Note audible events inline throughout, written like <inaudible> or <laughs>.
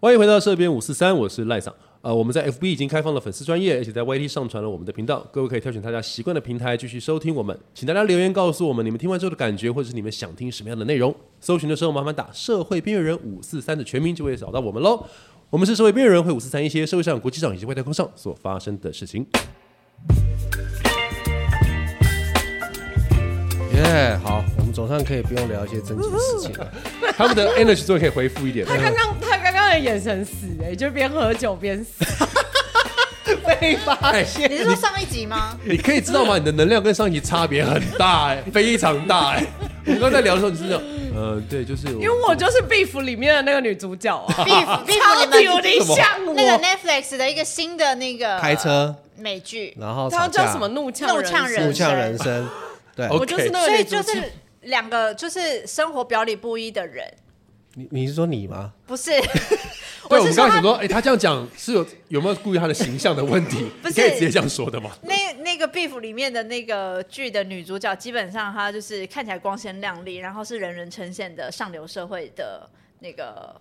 欢迎回到社编五四三，我是赖桑。呃，我们在 FB 已经开放了粉丝专业，而且在 YT 上传了我们的频道，各位可以挑选大家习惯的平台继续收听我们。请大家留言告诉我们你们听完之后的感觉，或者是你们想听什么样的内容。搜寻的时候麻烦打“社会边缘人五四三”的全名，就会找到我们喽。我们是社会边缘人，会五四三一些社会上、国际上以及外太空上所发生的事情。耶、好，我们总算可以不用聊一些正经事情了。 <laughs> 他们的 energy 终于可以恢复一点了他。刚刚他刚刚的眼神死哎、就边喝酒 <laughs> 边死。 <laughs> 被发 <laughs> 现，你是说上一 <laughs> 集吗？ <laughs> 你可以知道吗？你的能量跟上一集差别很大哎、非常大哎、我们刚才聊的时候，你是这样，呃，对，就是因因为我就是 Beef 里面的那个女主角啊， Beef Beef 超你级有们点像我。那个 Netflix 的一个新的那个开车，美剧，然后他吵叫架，什么？怒呛怒呛生怒人呛人生，对， OK 我就是那个所以女主就角。是两个就是生活表里不一的人，你你是说你吗？不 <laughs> 是？对，我我是们刚说刚想他说，哎、他这样讲是有有没有顾虑他的形象的问题？不你是可以直接这样说的吗？那那个 Beef 里面的那个剧的女主角，基本上她就是看起来光鲜亮丽，然后是人人称羡的上流社会的那个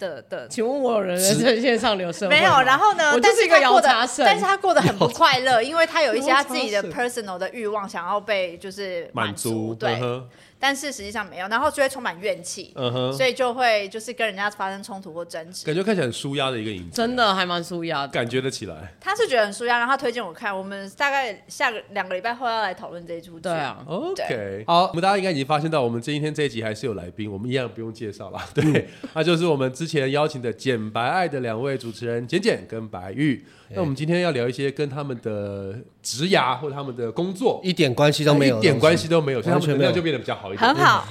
的的。请问我有人人生线上流社会吗没有，然后呢？我就但是是一个她摇过得茶神，但是她过得很不 <laughs> 快乐，因为她有一些她摇茶自己的神 personal 的欲望，想要被就是满满足，对嗯，哼但是实际上没有，然后就会充满怨气，嗯哼所以就会就是跟人家发生冲突或争执。感觉看起来很舒压的一个影子，真的还蛮舒压的。感觉得起来。他是觉得很舒压，然后他推荐我看。我们大概下个两个礼拜后要来讨论这一出剧。对啊， OK，好，我们大家应该已经发现到，我们今天这一集还是有来宾，我们一样不用介绍了。对，那就是我们之前邀请的简白爱的两位主持人简简跟白玉。那我们今天要聊一些跟他们的职涯或者他们的工作一点关系都没有，呃一点关系都没有，所以他完们全能没有量就变得比较好一点很。 <laughs> 好。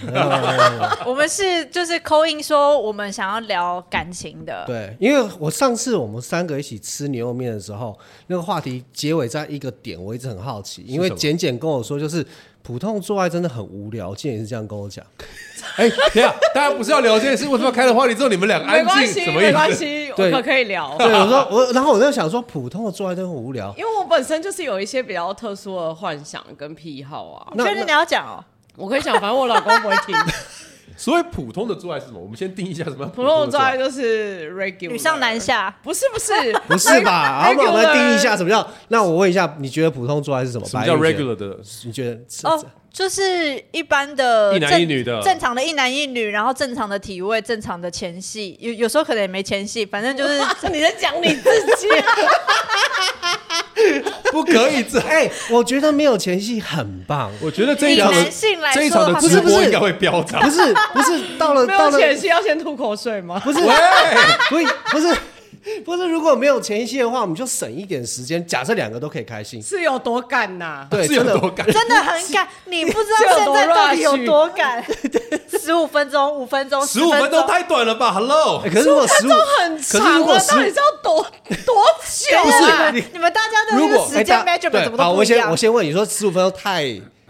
我们是就是扣印说我们想要聊感情的，对，因为我上次我们三个一起吃牛肉面的时候，那个话题结尾在一个点，我一直很好奇，因为什么简简跟我说，就是普通做爱真的很无聊，简简也是这样跟我讲。哎，等一下，大家不是要聊这件事，为什么要开了话题之后你们两个没安关静？系，什么意没关 <laughs> 思？系，我对可可以聊。哦对，我说我，然后我在想说，普通的做爱真的很 <laughs> 无聊。因为我本身就是有一些比较特殊的幻想跟癖好啊，你确定你要讲哦？我可以讲，反正我老公不会 <laughs> 听。所谓普通的做爱是什么？我们先定义一下什么叫普普通通的的做做爱爱。就是 regular，女上男下，不是 <laughs> 不是不是吧？好，那我们来 regular 定义一下什么叫？那我问一下，你觉得普通做爱是什么？什么叫白玉姐 regular 的？你觉得哦，就是一般的一男正一女的正常的一男一女，然后正常的体位，正常的前戏，有有时候可能也没前戏，反正就是 <laughs> 你在讲你自己，啊 <laughs> 不可以这。哎、我觉得没有前戏很棒。 <laughs> 我觉得这一以场的男性来说这一场的的话直不是不播是应该会飙涨不。是不是，到了没到有了，前戏要先吐口水吗？不 <laughs> 是喂， <laughs> 不是不是 <laughs> 不是，如果没有前戏的话，我们就省一点时间。假设两个都可以开心，是有多干呐、对，是真有的多感？真的很赶，你不知这有道现多在到底有 rush 多赶。 <laughs> 十五分钟，五分钟，十五分钟钟，太短了吧？Hello，哎可是如果十五，很可是长如果啊，十到底是要多多久不啊？不是你们大家的如那个果时间哎大 measurement 对怎么好，都不我一先样我。先问你说十五分钟太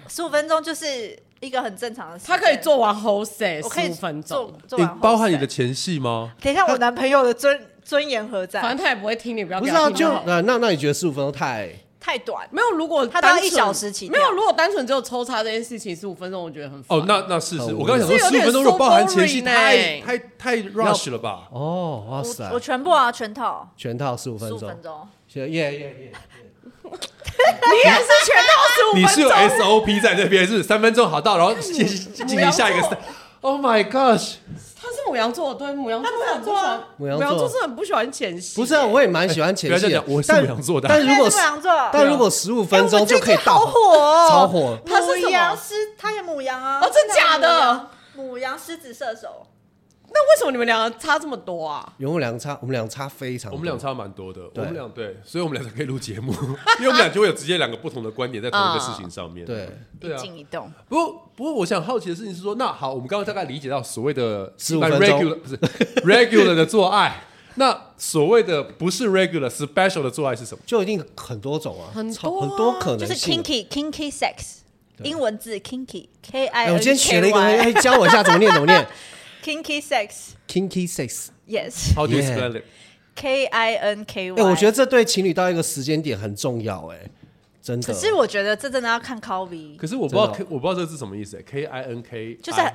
十五分钟就是一个很正常的时间，他可以做完 whole set 我可以十五分做钟，做你完后包含你的再前戏吗？等一下我男朋友的尊尊严何反正在？他也不会听你，不要不给是他啊？听就好呃那那你觉得十五分钟太太短，没有，如果他都要单纯一小时起跳没有，如果单纯只有抽插这件事情十五分钟，我觉得很烦哦，那那是哦是，我我刚才想说是有十五点分钟如果包含前戏， so boring 太欸太太 rush 了吧？哦，哇塞我，我全部啊全套，全套十五分十五钟分，钟。耶耶耶，你也是全套十五你是分有钟。 SOP 在这边，是不是三分钟好到，然后进行进行下一我要个。Oh my gosh！他是母羊座，对母羊座很不喜欢，母羊座座是很不喜欢前戏。不是啊，我也蛮喜欢前不要这戏的样，讲我是但母羊座的但如你果也是母羊座但如果十五哎分钟就可以我最到近好火哦，超火他是什么母羊狮，他也母羊啊。哦真假的他也母羊？母羊狮子射手，那为什么你们两个差这么多啊？有我们两个差，我们两个差非常多，我们俩差蛮多的，我对们俩对，所以我们俩才可以录节目， <laughs> 因为我们俩就会有直接两个不同的观点在同一个事情上面。对啊对啊一，静一动。不过，不过我想好奇的事情是说，那好，我们刚刚大概理解到所谓的15一般分钟 regular 不是 regular 的做爱，那所谓的不是 regular special 的做爱是什么？就一定很多种啊，很多啊超很多可能就是性啊 kinky kinky sex，英文字 kinky k i 哎 n 我今天 k 学了一个， y 哎，教我一下怎么念，怎 <laughs> 么念 kinky sex kinky sex。 yes How do you Yeah explain it？ k i n k y。哎，我觉得这对情侣到一个时间点很重要，哎，真可的。是我觉得这真的要看 c o v 可是我不知道真的 K，我不知道这是什么意思。K 啊 I 欸 N K 就是啊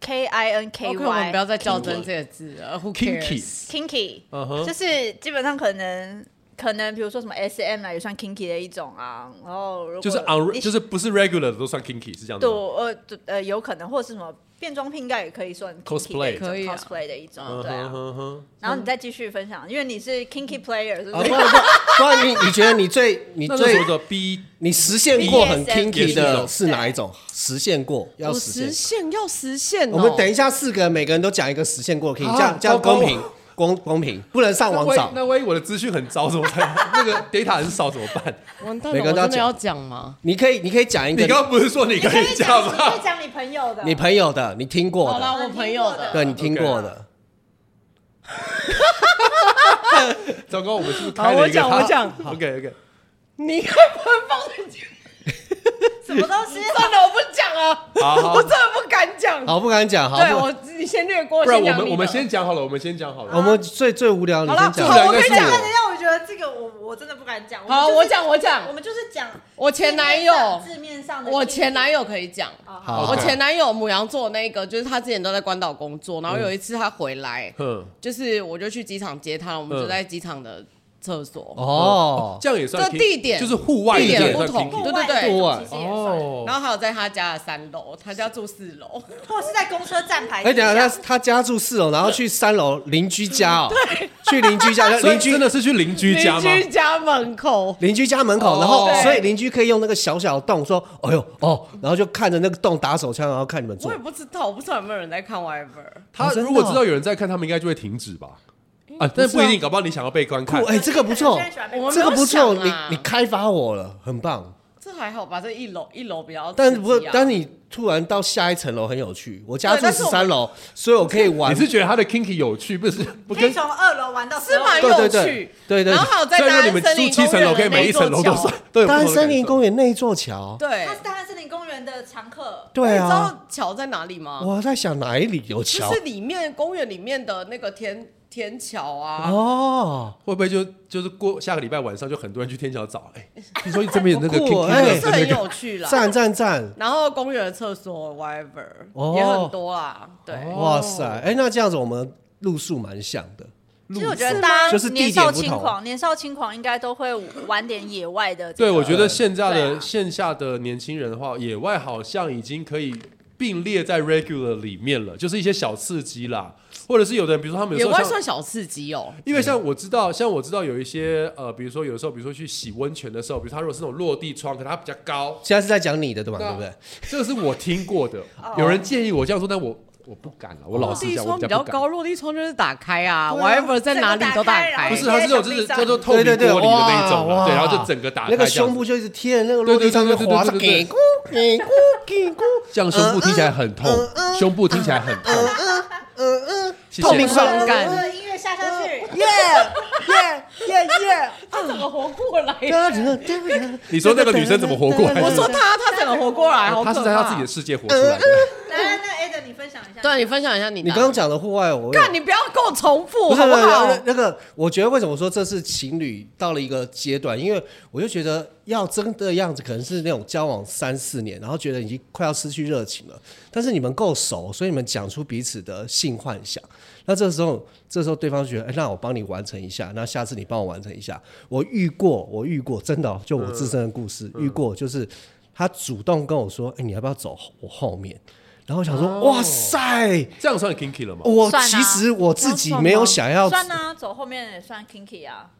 K I N K OK，我们不要 Y 再较真这个字了。Who cares？ Kinky kinky，嗯哼就是基本上可能可能比如说什么 S M 啊，也算 kinky 的一种啊。然后如果就是 on 你就是不是 regular 的都算 kinky 是这样对的吗。呃对呃有可能或者是什么变装拼盖也可以算 kinky 的 Cosplay 一种可以啊 cosplay 的一种，嗯对哼啊。哼哼，然后你再继续分享，因为你是 kinky player，是啊，不不是？然不然不然你你觉得你最你那那时最候的 B 你实现过很 BDSM kinky 的对是哪一种？实现过要我实实现。现要实现哦。我们等一下四个人每个人都讲一个实现过的 kinky，这样啊这糟样糕公平公公平，不能上网那万找一。那万一我的资讯很糟，怎么办？那个 data 很少怎么办？完蛋每了，个我都要真的要讲吗？你可以你可以讲一你个刚刚不是说你可以这样讲，你可吗？以讲你朋友的，你朋友的，你听过好啦，的，我朋友的。对你听过的。糟糕，我们是不是好开了一个我讲我讲 OK OK，你看官方的讲，什么东西？算了，我不讲了，好好我真的不敢讲。好，不敢讲，好，对不我，你先略过，不然先我讲们你我们的先讲好了，我们先讲好了。我们最最无聊，你好啦先讲。好我我跟跟你你讲讲，等一下，我觉得这个我我真的不敢讲。好，们就是我讲我讲我，们就是讲我前男友字面上字面上的，我前男友可以讲。好，我前男友母羊座那个，就是他之前都在关岛工作，然后有一次他回来，哼，就是我就去机场接他，我们就嗯在机场的厕所，哦， <laughs> 这样也算这 kinky，地点就是户外的地这点样也不算同 kinky 对对对户户外外其实也算，哦然。后还有在他家的三楼，他家住四楼，或是在公车站牌哎，底等下。一下他他家住四楼，然后去三楼邻居家哦，去邻居 <laughs> 家，所以邻居真的是去哎邻居家吗？ <laughs> 居家门口。邻居家门口，哦然后对所以邻居可以用那个小小的洞说，哎呦哦，然后就看着那个洞打手枪，然后看你们我做也。不知道，我不知道有没有人在看 Viber。他哦真的如果哦知道有人在看，他们应该就会停止吧？啊，但不不是啊一定，搞不好你想要被观看酷。哎，这个不有错些人喜欢被我们这个不没错有，想你啊你开发我了，很棒。这还好吧？这一楼一楼比较刺激啊、但是不过，但你突然到下一层楼很有趣。我家对住但是十我三楼，所以我可以玩你。是觉得他的 kinky 有趣，不是不可以跟？从二楼玩到十是楼蛮有对趣。对对对对然后还有在虽然大说你安们森住林七公层园楼，可以的那每一层楼都座算桥。都有不大同的感安受森林公园那一座桥，对他是，大汉森林公园的常客，对你知啊，道桥在哪里吗？我在想哪里有就桥是里面公园里面的那个天天桥啊。哦，会不会就就是过下个礼拜晚上就很多人去天桥找？ <laughs> 哎，听说这边有那个好酷哦 kinky 哎的是跟那很个有趣啦。赞赞赞！然后公园的厕所 whatever、哦也很多啦，对。哦哇塞，哎，那这样子我们路数蛮像的。其实我觉得大就家是地年点少不轻同狂，年少轻狂应该都会玩点野外的这对，个。我觉得现在对的啊线下的年轻人的话，野外好像已经可以并列在 regular 里面了，就是一些小刺激啦，或者是有的人，比如说他们有时候野外像算小刺激哦，因为像我知道，像我知道有一些呃，比如说有的时候，比如说去洗温泉的时候，比如说它如果是那种落地窗，可能它比较高，现在是在讲你的对吧？那对不对？这个是我听过 <laughs> 的。有人建议我这样做，但我我不敢了，我老哦落实地讲，我窗比比较较不敢。高，落地窗就是打开啊对啊，whatever 在哪里都打整个打开开。不是，啊它然后是那种哎就是叫做透明玻对璃的对对，那一种啦，哇哇对，然后就整个打开那这个样子，胸部就是贴在那个落地上面对对对对对滑着，对给咕给咕给咕，这样胸部听起来很痛，胸部听起来很痛。谢谢透明爽化感嗯呃音乐下下去，耶耶耶耶！他怎么活过来的？哒哒哒哒你说那个女生怎么活过来的我说他，他怎么活过来？好她可怕。哦是在她自己的世界活出来的。来，那 Ada 你分享一下。对，啊你分享一下你的。你刚刚讲的户外，我有干，你不要跟我重复不是好不是好？那那个，我觉得为什么说这是情侣到了一个阶段，因为我就觉得要真的样子，可能是那种交往三四年，然后觉得已经快要失去热情了，但是你们够熟，所以你们讲出彼此的性幻想。那这时候，这时候对方觉得，哎、那我帮你完成一下，那下次你帮我完成一下。我遇过，我遇过，真的哦、就我自身的故事，嗯遇过就是他主动跟我说，哎、你要不要走我后面？然后我想说，哇塞，这样算 kinky 了吗？我哦算啊其实我自己没有想要算啊，走后面也算 kinky 啊，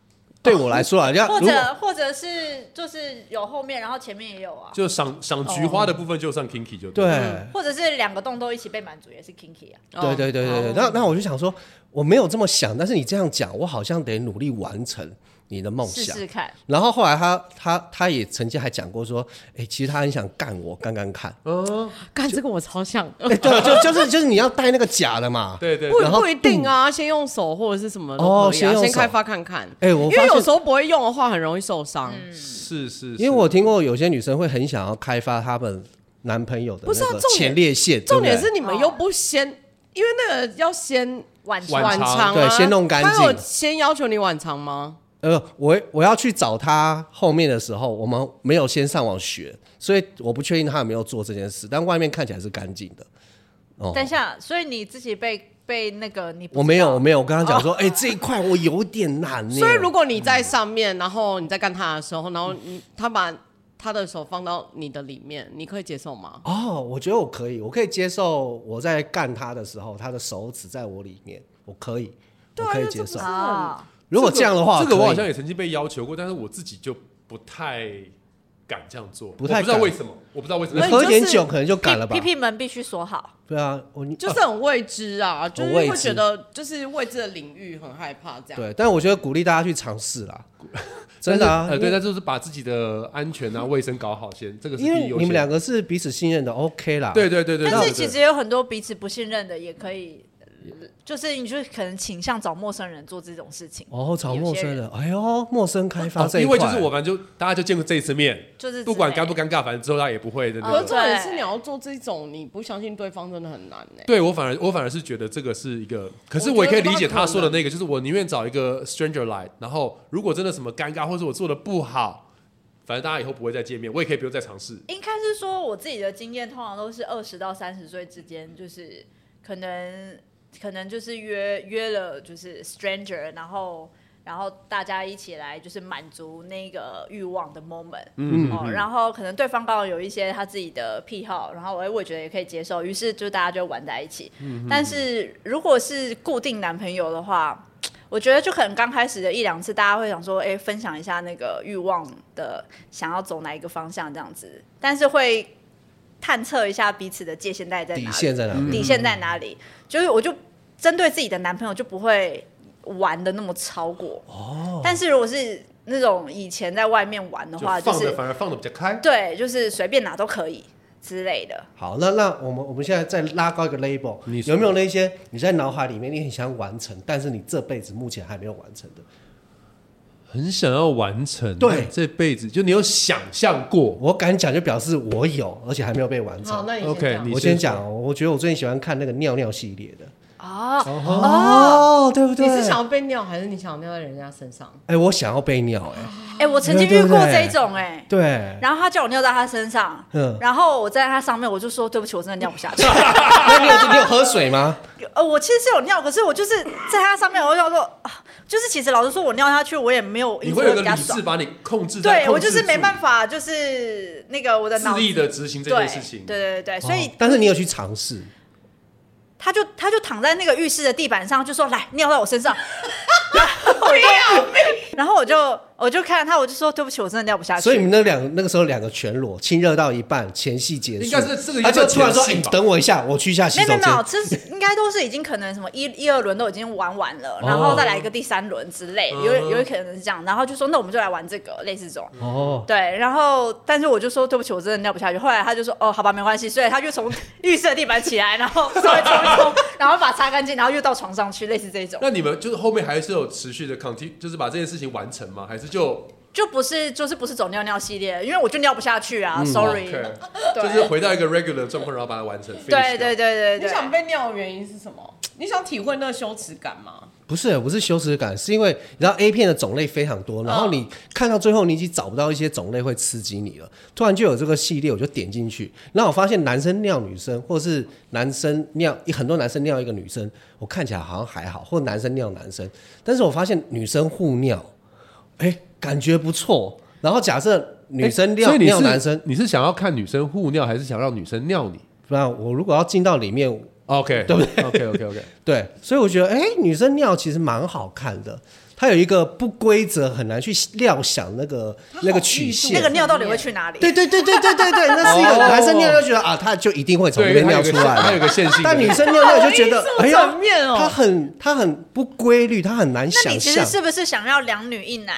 对我来说 <laughs> 啊，要或如果者或者是就是有后面，然后前面也有啊，就赏赏菊花的部分就算 kinky 就对了。嗯或者是两个洞都一起被满足也是 kinky 啊。哦对对对对对，那那我就想说，我没有这么想，但是你这样讲，我好像得努力完成你的梦试想。试看，然后后来他他他也曾经还讲过说，哎、其实他很想干我，干干 <laughs> 看，嗯，干这个我超像。哎、对，就就是就是你要戴那个假的嘛，对对不然后嗯不一定啊，先用手或者是什么都哦可以啊先用先手开发看看。哎我因发为有现时候不会用的话，很容易受伤。是是，是因为我听过有些女生会很想要开发她们男朋友的不是啊那个重点前列腺，重点对是不你们又不先，因为那个要先晚晚上晚晚肠肠、啊，对先弄干净他有先要求你晚肠吗？对呃，我我要去找她后面的时候，我们没有先上网学，所以我不确定她有没有做这件事，但外面看起来是干净的。哦等一下，所以你自己被被那个你不我没知有，道我没有，我跟他讲说，哎、这一块我有点 <laughs> 难呢。哦所以如果你在上面，然后你在干他的时候，然后你他把他的手放到你的里面，你可以接受吗？哦，我觉得我可以，我可以接受我在干他的时候，他的手指在我里面，我可以，我可以接受。啊，如果这样的话，这个我好像可以也曾经被要求过，但是我自己就不太敢这样做，不太我不知道敢为什么，我不知道为什你么。那喝你点就是酒可能就敢了吧屁？屁门必须锁好，对啊，我你就是很未知啊，就是未会知觉得就是未知的领域很害怕这样。对，但我觉得鼓励大家去尝 <laughs> 试啦，真的啊，呃，因对，为那就是把自己的安全啊、卫生搞好先，这个是第因一为优你先们。两个是彼此信任的，OK 啦。对对对对，但对是其实也有很多彼此不信任的，也可以，呃就是你就可能倾向找陌生人做这种事情，哦，找有些陌生人人，哎呦，陌生开发哦这一因块，为就是我们就大家就见过这一次面，就是不管尴不尴。尴尬，反正之后他也不会的那可哦是个。重点对是你要做这种你不相信对方，真的很难欸呢、对我反而我反而是觉得这个是一个，可是我我也觉可得以理解不大可他能说的那个，就是我宁愿找一个 stranger 来，然后如果真的什么尴尬或者我做的不好，反正大家以后不会再见面，我也可以不用再尝试。应该是说我自己的经验，通常都是二十到三十岁之间，就是可能可能就是约约了就是 stranger，然后然后大家一起来就是满足那个欲望的 moment，嗯哦，然后可能对方刚好有一些他自己的癖好，然后我也我也觉得也可以接受，于是就大家就玩在一起。但是如果是固定男朋友的话。我觉得就可能刚开始的一两次，大家会想说，哎、分享一下那个欲望的想要走哪一个方向这样子，但是会探测一下彼此的界限带在哪里，底线在哪里？嗯底线在哪里，就是我就针对自己的男朋友就不会玩的那么超过。哦，但是如果是那种以前在外面玩的就话，就放的是反而放的比较开。对，就是随便哪都可以之类的。好，那那我们我们现在再拉高一个 label，你说有没有那些你在脑海里面你很想完成，但是你这辈子目前还没有完成的？很想要完成，啊对这辈子就你有想象过我敢讲就表示我有，而且还没有被完好，成。那你？OK，讲你我先讲哦，我觉得我最近喜欢看那个尿尿系列的。哦，哦，对不对？你是想要被尿，还是你想要尿在人家身上？哎、我想要被尿哎、哎、我曾经对遇对过对这一种哎、对，然后他叫我尿在他身上，嗯然后我在他上面，我就说对不起，我真的尿不下去。 <laughs> 那你有你有喝水吗？呃，我其实是有尿，可是我就是在他上面，我就想说，啊就是其实老实说，我尿下去我也没有，你会有个比较理爽智。把你控制在，对我就是没办法法，就是那个我的脑自子力的执行这对件事情。对对对对，所以哦但是你有去尝试，他就他就躺在那个浴室的地板上，就说来尿到我身 <laughs> 上。然后我就，然后我就我就看他，我就说对不起，我真的尿不下去。所以你们那两那个时候两个全裸亲热到一半，前戏结束，应该是这个他就应该是突然说：“哎、前戏吧等我一下，我去一下洗没有手没有间。没有，这是应该都是已经可能什么一一二轮都已经玩完了，然哦后再来一个第三轮之类，有有可能是这样，然后就说那我们就来玩这个类似这种，哦，对，然后但是我就说对不起，我真的尿不下去。后来他就说哦，好吧，没关系，所以他就从浴室的地板起来，然后稍微冲一 <laughs> 冲，然后把它擦干净，然后又到床上去，类似这种，那你们就是后面还是有持续的 continue，就是把这件事情完成吗？还是就就不是就是不是走尿尿系列，因为我就尿不下去啊、s o r r y OK，对就是回到一个 regular 的状况，然后把它完成。对 finish 对对掉，对你对，想被尿的原因是什么？你想体会那个羞耻感吗？不是，不是羞耻感，是因为你知道 A 片的种类非常多，哦然后你看到最后，你已经找不到一些种类会刺激你了。突然就有这个系列，我就点进去，然后我发现男生尿女生，或是男生尿很多男生尿一个女生，我看起来好像还好，或男生尿男生，但是我发现女生互尿，哎，感觉不错。然后假设女生尿、所以你是尿男生，，你是想要看女生互尿，还是想让女生尿你不然我如果要进到里面， ？OK，对不对？OK OK <laughs> OK，对，所以我觉得，哎、女生尿其实蛮好看的，它有一个不规则，很难去料想那个它好那个曲线那个。尿到底会去哪里？对对对对对对对，那是一个 <laughs> 哦男生尿就觉得啊，他就一定会从那对，边它有尿个出它来有了。个线性的。但女生尿尿就觉得，好哎艺术呀层，面哦他很他很不规律，他很难那你想其实象。是不是想要两女一男？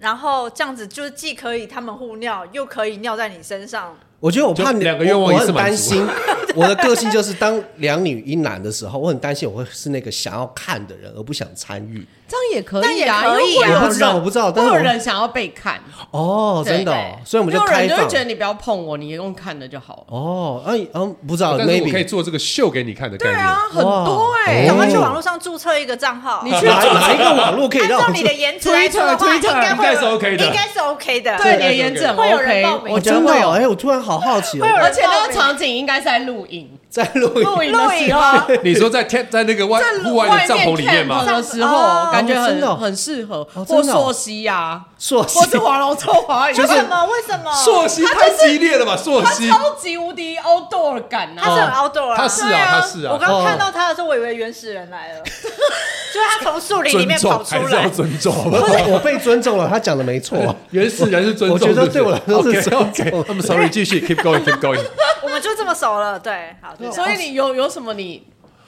然后这样子就是既可以他们互尿，又可以尿在你身上。我觉得我怕你就两个愿望我我一次很满担足心。 <laughs> 我的个性就是当两女一男的时候，我很担心我会是那个想要看的人，而不想参与。这样也可但也以啊，可以因为会啊有人我不知道我不知道但是会我有人想要被看，哦，对真的哦，所以我们就有开人就会放。觉得你不要碰我，你用看的就好了。哦，哎，嗯，不知道但是我可以，maybe 做这个秀给你看的概对念。啊，很多哎、哦赶快去网络上注册一个账号，你哪去做哪一个网络可以按让我照你的颜值来说的话，应 Twitter，Twitter，该会有应该是 OK 的应该是 OK 的。对，你的颜值很会有人 OK，报名我觉得真的会哦有，哎，我突然好好奇哦，会有人而且那个场景应该是在录影，在录露影。营啊的时候，你说在天在那个外户外的帐篷里面吗？的时候哦感觉真的哦很很适合，或哦真的哦溯溪呀，硕士或是划龙舟划一为下什么？为什么？朔溪太激烈了吧？朔它溪，超级无敌 outdoor 的感他是啊！哦很 outdoor 啊，他是对啊，他是我啊，刚刚看到他的时候，我以为原始人来了， <laughs> 就是他从树林里尊面跑重出还是要来。尊重，好不好我我被尊重了，他讲的没错 <laughs> 啊。原始人是尊重，我觉得对我来说是 OK。尊重 I'm sorry，继续 keep going，keep going。我们就这么熟了，对，好，就这样所以你有有什么你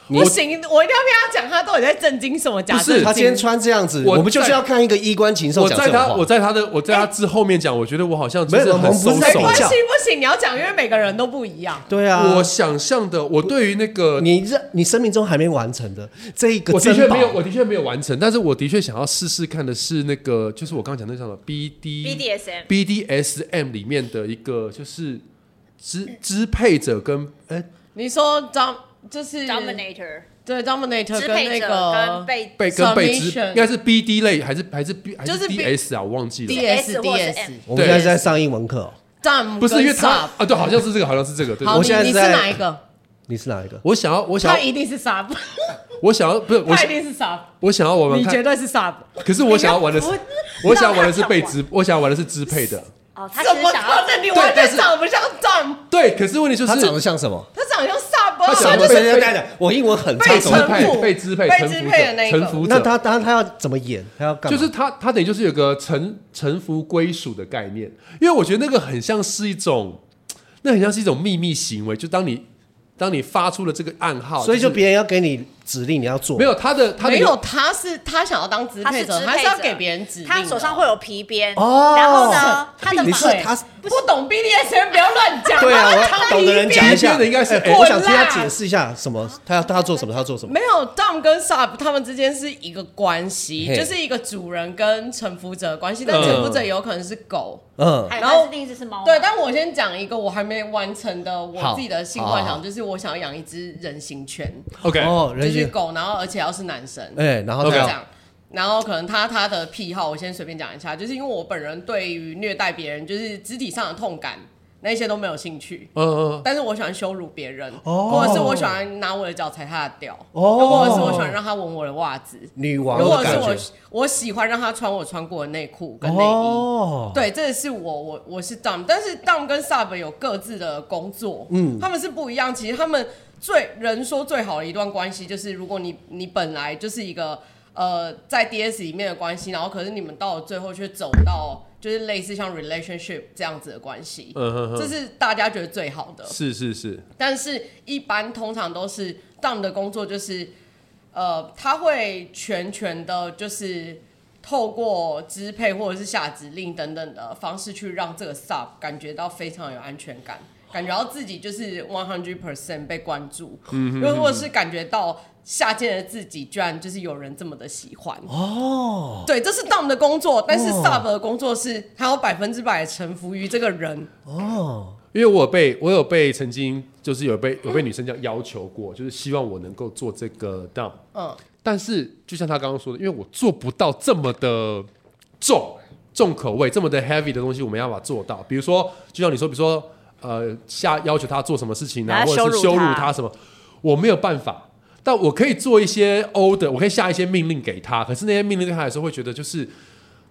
你不行，我一定要跟他讲，他到底在震惊什么？假不是震惊他今天穿这样子，我我们就在是要看一个衣冠禽兽我讲在这种他，话。我在他的，我在他之后面讲，我觉得我好像就哎没是有我们很不收是在没手关。系讲，不行，你要讲，因为每个人都不一样。对啊，我想象的，我对于那个你这你生命中还没完成的这一个我的珍确宝没有，我的确没有完成，但是我的确想要试试看的是那个，就是我刚刚讲那叫什么 BD BDSM BDSM 里面的一个，就是支支配者跟哎、你说张就是，dominator 对 dominator 支跟配那者个跟被被跟被支， Submission 应该是 BD 类还是还是 B 还就是 B- DS 啊？我忘记了， DS DS 或是 M DS 我们对现在是在上英文课哦，站不是因为他啊，对，好像是这个，好像是这个，对。好，我我你现在你是在哪一个？你是哪一个？我想要，我想他要，一定是 sub，我想要，不是我他一想，定是 sub，我想要我们你看，绝对是 sub。可是我想要玩的是 <laughs> 你要，我想要玩的是被支，我想要玩的是支配的，哦，他怎只么是想可要能？你对完但全是长得不像 Dom，对。可是问题就他长得是像什么？他长得像 sub，他啊长他得被就是等一下等一下等一下我英文很差，被怎么支称配、呼被支配、被臣支服配的那者、一个臣服者。那他他他要怎么演？他要干就嘛？是他，他等于就是有个臣臣服归属的概念，因为我觉得那个很像是一种，那很像是一种秘密行为。就当你当你发出了这个暗号，所以就就是别人要给你指令，你要做没。有他的他的没有，他是他想要当支配者，他他是支配者是要给别人指令的。他手上会有皮鞭，哦然后呢，是他的你马是他不懂 BDSM 不要乱讲。 <laughs> 对啊，他我要要当懂的人讲一一下。边的应该是哎滚啦我想听他解释一下什么，他要他要做什么，他要做什么。没有 Dom 跟 Sub 他们之间是一个关系，嘿就是一个主人跟臣服者的关系，但嗯臣服者有可能是狗。嗯，还有然后他另一只是猫，对，但我先讲一个我还没完成的我自己的性幻好好想，就是我想要养一只人形犬， OK，哦，就人是形，狗，然后而且要是男生。哎，然后就他 OK 这要样。然后可能他他的癖好，我先随便讲一下，就是因为我本人对于虐待别人，就是肢体上的痛感那些都没有兴趣，嗯嗯但是我喜欢羞辱别人，哦或者是我喜欢拿我的脚踩他的屌，哦或者是我喜欢让他闻我的袜子，女王或的者是感我觉。我喜欢让他穿我穿过的内裤跟内衣。哦，对，这是我我我是 Dom，但是 Dom 跟 Sub 有各自的工作，嗯，他们是不一样。其实他们最人说最好的一段关系，就是如果你你本来就是一个呃在 DS 里面的关系，然后可是你们到了最后却走到就是类似像 relationship 这样子的关系，嗯哼这哼，是大家觉得最好的。是是是，但是一般通常都是 Dom 的工作就是，呃，他会全权的，就是透过支配或者是下指令等等的方式去让这个 sub 感觉到非常有安全感。感觉到自己就是 one hundred percent 被关注，又或者是感觉到下贱的自己居然就是有人这么的喜欢，哦，对，这是 Dom 的工作，但是哦 sub 的工作是他要百分之百臣服于这个人，哦，因为我有被我有被曾经就是有被有被女生这样要求过，就是希望我能够做这个 down，嗯，但是就像他刚刚说的，因为我做不到这么的重重口味，这么的 heavy 的东西，我没办法做到。比如说，就像你说，比如说呃，下要求他做什么事情啊，把他或者是羞羞辱辱他他什么，我没有办法。但我可以做一些 order，我可以下一些命令给他。可是那些命令对他来说，会觉得就是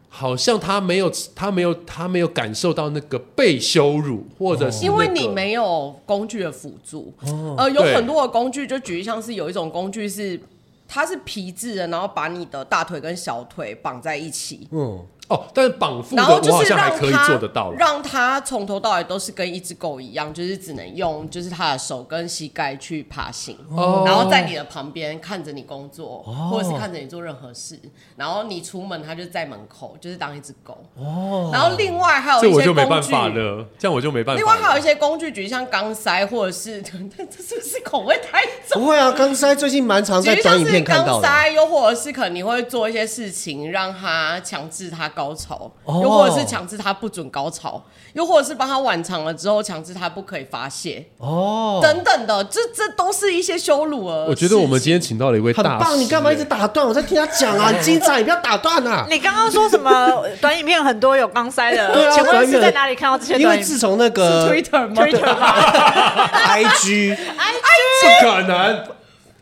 好像他没有他没有他没有感受到那个被羞辱，或哦者是、因为你。没有工具的辅助，呃，有对很多的工具，就举例像是有一种工具是它是皮质的，然后把你的大腿跟小腿绑在一起，嗯，哦，但是绑缚的然后我就好是像还让可以它做得到了。让它从头到尾都是跟一只狗一样，就是只能用就是它的手跟膝盖去爬行，哦然后在你的旁边看着你工作，或者是看着你做任何事，然后你出门它就在门口，就是当一只狗。哦，然后另外还有这一我些就工具没办法了，这样我就没办法了。另外还有一些工具，举像钢塞或者是， <laughs> 这是不是口味太重？不会啊，刚塞最近蛮常举在例短像影是片看钢到的。塞，又或者是可能你会做一些事情让他强制他高潮，哦又或者是强制他不准高潮，又或者是帮他晚场了之后强制他不可以发泄、哦，等等的，这这都是一些羞辱啊。我觉得我们今天请到了一位很大棒！师，你干嘛一直打断？我在听他讲啊，很精彩，你不要打断啊！你刚刚说什么短影片很多有钢塞的对啊请短问影是片在哪里看到这些因短为影自从那个 Twitter <laughs> 吗 Twitter 吧 IG，不可能，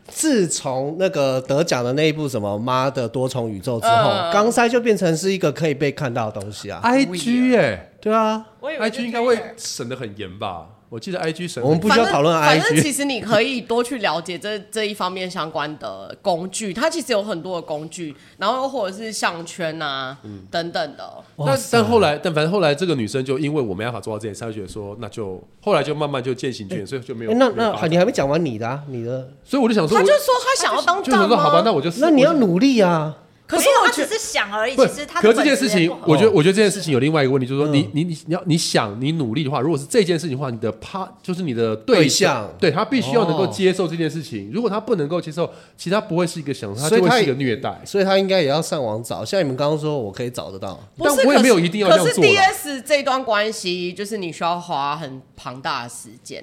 自从那个得奖的那一部什么《妈的多重宇宙》之后，嗯钢塞就变成是一个可以被看到的东西啊。 IG 哎、对啊，我以为 i 是 g 应该 Twitter 会审的很严吧？我记得 IG 审我们不反需要正讨论反正 IG 其实你可以多去了解这这一方面相关的工具，它其实有很多的工具，然后又或者是项圈啊、嗯等等的。但但后来，但反正后来这个女生就因为我没办法做到这件事，她就觉得说，那就后来就慢慢就渐行渐远，所以就没有。诶哎那没有那发还展你还没讲完你的啊，你的所以我就想说，他我就说他想要当就想大说，好吧，那妈，我就那你要我就努力啊。可是没有我他觉只得是想而已，不其是实他可的是这件事情本质，不好我觉得我觉得这件事情有另外一个问题，嗯就是说你你你你要你想你努力的话，如果是这件事情的话，你的趴就是你的对对手象对他必须要能够哦接受这件事情。如果他不能够接受，其实他不会是一个享受，他所以就会他是一也个虐待。所以他应该也要上网找，像你们刚刚说，我可以找得到。不是，但我也可是没有一定要这样可是做啦 D S 这段关系，就是你需要花很庞大的时间。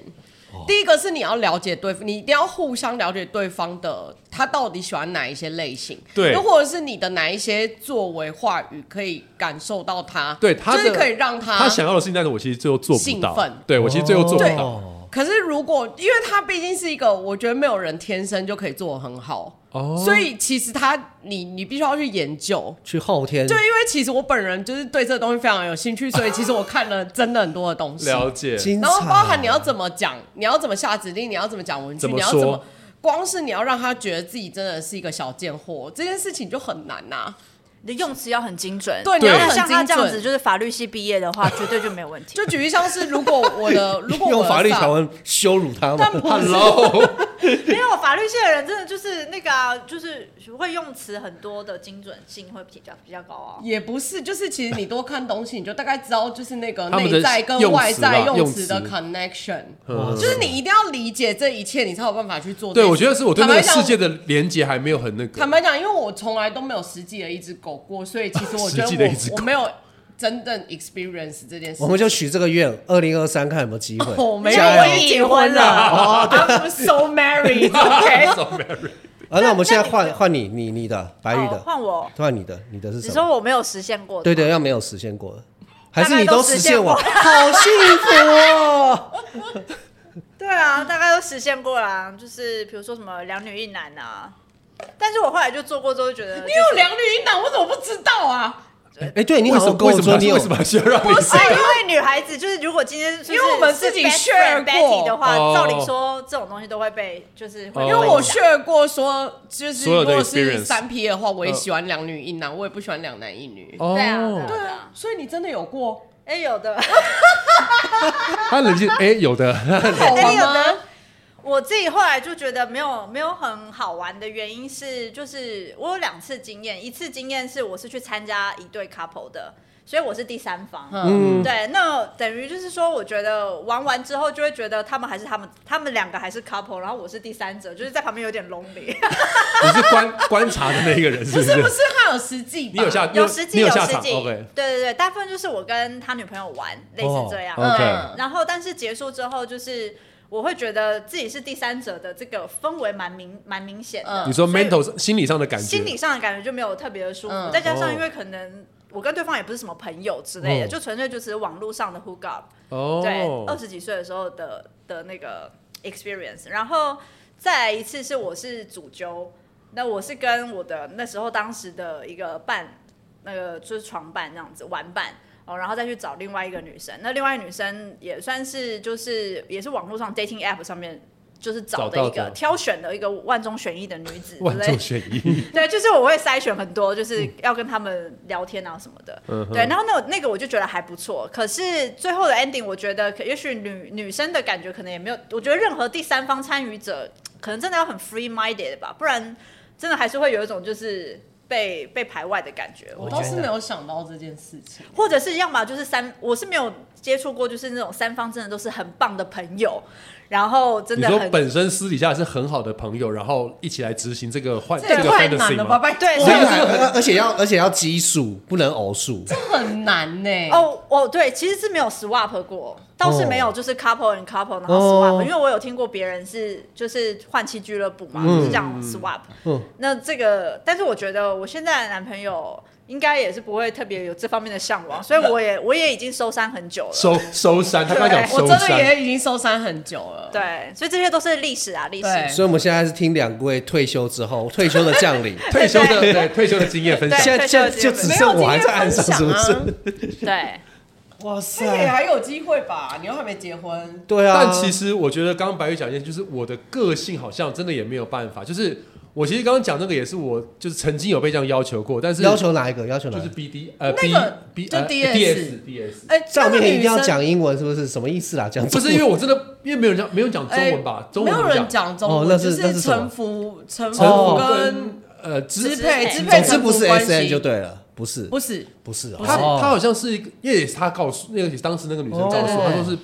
哦第一个是你要了解对方，你一定要互相了解对方的，他到底喜欢哪一些类型，对又或者是你的哪一些作为话语可以感受到他，对他就是的可以让他他想要的事情，但是我其实最后做不兴到奋。对我其实最后做不对到。可是如果，因为他毕竟是一个，我觉得没有人天生就可以做的很好，哦所以其实他你你必须要去研究。去后天就因为其实我本人就是对这个东西非常有兴趣，所以其实我看了真的很多的东西，了解，精彩，然后包含你要怎么讲，你要怎么下指令，你要怎么讲文具，怎么你要说怎么，光是你要让他觉得自己真的是一个小贱货，这件事情就很难呐、你的用词要很精准，对对你你要要很像他精这准样子，就是法律系毕业的话，绝对就没有问题。就举例像是，如果我 <laughs> 的，如果我用的法律上条文羞辱他但吗？不是没有法律系的人，真的就是那个、啊，就是会用词很多的精准性会比较比较高啊。也不是，就是其实你多看东西，你就大概知道就是那个他们的内在跟用词啦外在用用词词的 connection，嗯就是你一定要理解这一切，你才有办法去做这对件事。我觉得是我对那个坦白讲世界的连接还没有很那个坦。白讲，因为我从来都没有实际的一只狗过，所以其实我觉实际的得一只我狗我没有真正 experience 这件事。我们就许这个愿，二零二三看有没有机会。我没有，加油我已经结婚了。哦，I'm so married，OK？啊，那我们现在 <laughs> 换换你，你你的白玉哦的，换我，换你的，你的是只什说么？我没有实现过的。对对，要没有实现过的，还是大概你都实实现现我，过 <laughs> 好幸福哦！对啊，大概都实现过啦，就是比如说什么两女一男啊。但是我后来就做过之后，觉得、就是、你有良率一男，我怎么不知道啊？哎，对你为好什像么跟为我什么说你有为什么需要让你不是啊因为女孩子，就是如果今天就是因为我们自己是 best share friend Betty 的话，哦过照理说这种东西都会被就是会哦被因为我讲学过说，就是所如有的果是 experience 三 P 的话，我也喜欢两女一男，我也不喜欢两男一女。哦 <laughs> 对啊对啊，对对啊啊，，所以你真的有过哎、有的。他冷 <laughs> 静，哎，有的， <laughs> 好玩有的吗？我自己后来就觉得没有没有很好玩的原因是，就是我有两次经验，一次经验是我是去参加一对 couple 的，所以我是第三方。嗯，对，那等于就是说，我觉得玩完之后就会觉得他们还是他们，他们两个还是 couple，然后我是第三者，就是在旁边有点 lonely。啊你是观观察的那一个人，是不不是是不？是，他有实际吧，你有下有实际你有下实场际， ，OK 对对对，大部分就是我跟他女朋友玩，类似这样。哦 OK 嗯然后，但是结束之后，就是我会觉得自己是第三者的这个氛围蛮明蛮明显的。你说所以 mental 上心理上的感觉，心理上的感觉就没有特别的舒服，嗯再加上哦因为可能我跟对方也不是什么朋友之类的，哦就纯粹就是网络上的 hook up、对，二哦，十几岁的时候的的那个 experience，然后再来一次是我是主揪，那我是跟我的那时候当时的一个伴，那个就是床伴这样子玩伴。哦，然后再去找另外一个女生，那另外一个女生也算是就是也是网络上 dating app 上面就是找的找到一个的挑选的一个万中选一的女子，万之类的众选一，对，就是我会筛选很多，嗯就是要跟他们聊天啊什么的。对，然后那我那个我就觉得还不错，可是最后的 ending 我觉得可，也许女女生的感觉可能也没有，我觉得任何第三方参与者可能真的要很 free minded 吧，不然真的还是会有一种就是被被排外的感觉。我倒是没有想到这件事情。或者是要么就是三，我是没有接触过，就是那种三方真的都是很棒的朋友，然后真你的说很本身私底下是很好的朋友，然后一起来执行这个换这也个太难 fantasy 了吧？吗？拜对托 <laughs> 所以这这个 <laughs> 而且要而且要奇数，不能偶数。很难呢、哦哦，对，其实是没有 swap 过，倒是没有，就是 couple and couple 然后 swap，、哦因为我有听过别人是就是换妻俱乐部嘛，就是这样 swap、嗯那这个，但是我觉得我现在的男朋友应该也是不会特别有这方面的向往，所以我也我也已经收山很久了。收收山，他 <laughs> 刚刚讲我收真的山，也已经收山很久了。对，所以这些都是历史啊，历史。对所以我们现在是听两位退休之后退休的将领，退休的对对退休的经验分享对。现在退休现在的就基只本剩我还在岸上，是不没有经 <laughs> 是？对哇这也塞，还有机会吧？啊你又还没结婚，对啊，但其实我觉得刚刚白玉讲一件，就是我的个性好像真的也没有办法，就是我其实刚刚讲那个也是我就是曾经有被这样要求过，但是要求哪一个？要求哪就一是个？ B D 呃 B 那个 B 就呃 DS DS DS， <laughs> 哎、在我面前一定要那个女生讲英文，是不是？什么意思啦？讲不是因为我真的因为没有人讲没有人讲中文吧哎，中没文有不人讲讲中哦文，那就是那是什么臣服、臣城哦服府跟跟呃支支配、支支配配总之臣不服是关 S N 系就，对了，不是不是不是哦，他他哦好像是一个，因为也是他告诉，那个也是当时那个女生告诉哦我，他说是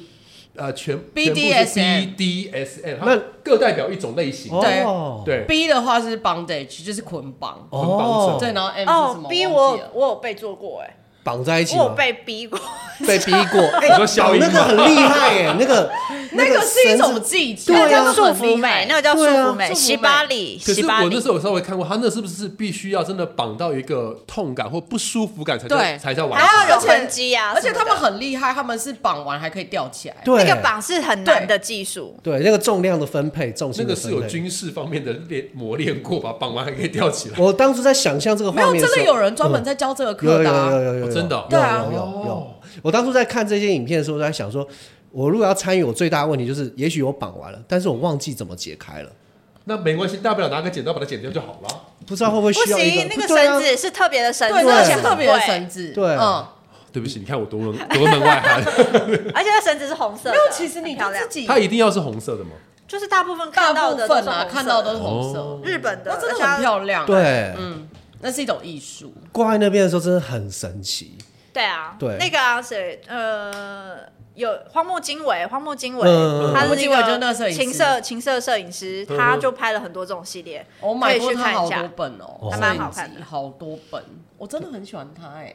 呃全 BDSM B D S M，那那各代表一种类型，对哦对， B 的话是 bondage，就是捆绑。捆绑者哦对，然后 M 是什哦么逼忘我记有了我有被做过哎、绑在一起我有 <laughs> 吗？被逼过，被逼过，哎你说消音吗那个很厉害耶，那个那个是一绳种子技巧，那对叫啊那束个很缚厉美害，那个叫束对啊缚美，束缚西美巴里，可西是巴我里那时候有稍微看过，他那是不是必须要真的绑到一个痛感或不舒服感才叫对才叫玩还？要有而且痕迹啊，而且他什么们的很厉害，他们是绑完还可以吊起来。对那个绑是很难的技术。对那个重量的分配，重那心个的是分配有军事方面的练磨练过吧？绑完还可以吊起来，我当初在想象这个没画有，面时真候，的有人专门在教这个有课有的啊、有有有有哦真的哦有对啊有有哦有。我当初在看这些影片的时候，我在想说，我如果要参与，我最大的问题就是，也许我绑完了，但是我忘记怎么解开了，那那没关系，大不了拿个剪刀把它剪掉就好了。不知道会不会不需要一行，那个对啊绳子是特别的绳子，对，而那且是很特别的贵绳子。对嗯，对不起，你看我多门 <laughs> 多门外汉，而且那绳子是红色的。没有，其实你就很漂亮自，己它一定要是红色的吗？就是大部分大看到部的分都是啊红色看到都是的红色哦，日本的，那真而的且它很漂亮。，对，嗯，那是一种艺术。挂在那边的时候真的很神奇，对啊，对那个啊谁呃。有荒木经惟，荒木经惟，嗯他荒木是经个惟就是那个摄影师情色情色摄影师，嗯他就拍了很多这种系列，我可买以过去，Oh 他看好一多下。本哦，还摄蛮影好看的集好多本，我真的很喜欢他哎。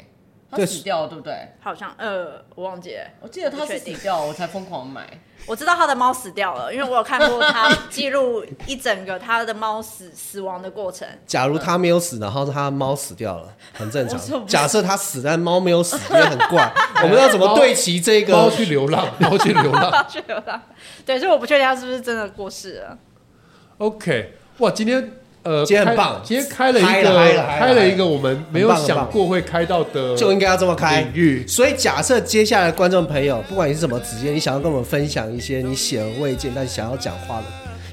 他对死掉了，对不对？好像呃，我忘记了，我记得他是死掉了，我才疯狂买。我知道他的猫死掉了，因为我有看过他记录一整个他的猫死死亡的过程。假如它没有死，然后它猫死掉了，很正我受不常。了假设它死，但猫没有死，也很 <laughs> 怪。我们要怎么对齐这猫个？去流 <laughs> 浪，猫去流浪。去 <laughs> 流浪。对，所以我不确定他是不是真的过世了。 OK，哇，今天呃，今天很开棒今天开了一嗨个了嗨了嗨了开了一个我们没有很棒很棒想过会开到的就应该要这么开领。域。所以假设接下来观众朋友，不管你是什么职业，你想要跟我们分享一些你显而未见但想要讲话的，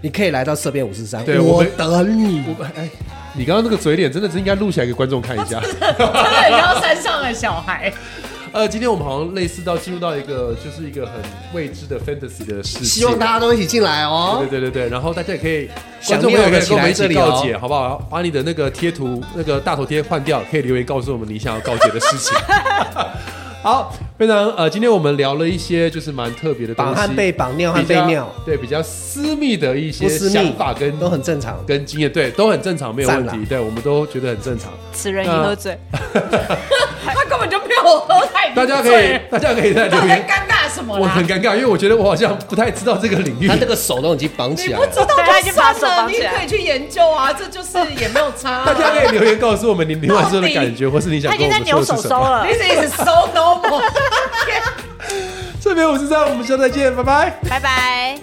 你可以来到色变五十三，对我我们等你。我们哎，你刚刚那个嘴脸真的是应该录起来给观众看 <laughs> 一下。真的很像山上的小孩，呃，今天我们好像类似到进入到一个就是一个很未知的 fantasy 的世界。希望大家都一起进来哦对。对对对，然后大家也可以，想观众朋友念我也的可以跟我们一起请来这里哦告解，好不好？把你的那个贴图那个大头贴换掉，可以留言告诉我们你想要告解的事 <laughs> 情。好，非常呃，今天我们聊了一些就是蛮特别的东西，绑和被绑，尿和比被较尿，对比较私密的一些不私想密法跟都很正常。跟经验，对都很正常，没有问赞题，啦对我们都觉得很 <laughs> 正常。此人已那喝醉，他根本就没有喝太多大醉家可以，大家可以在到留底言在。尴尬什么我啦很？尴尬，因为我觉得我好像不太知道这个领域啊他。这个手都已经绑你起来不了，知道对他就已经算把手了，绑你起来可以去研究啊，这就是也没有差、啊。大家可以留言告诉我们 <laughs> 你听完之后的到底感觉，或是你想他已跟经我在们扭说的手是什手么。 <laughs> 了。 This is so normal. 这边我是这样，我们下次再见，拜拜。拜拜。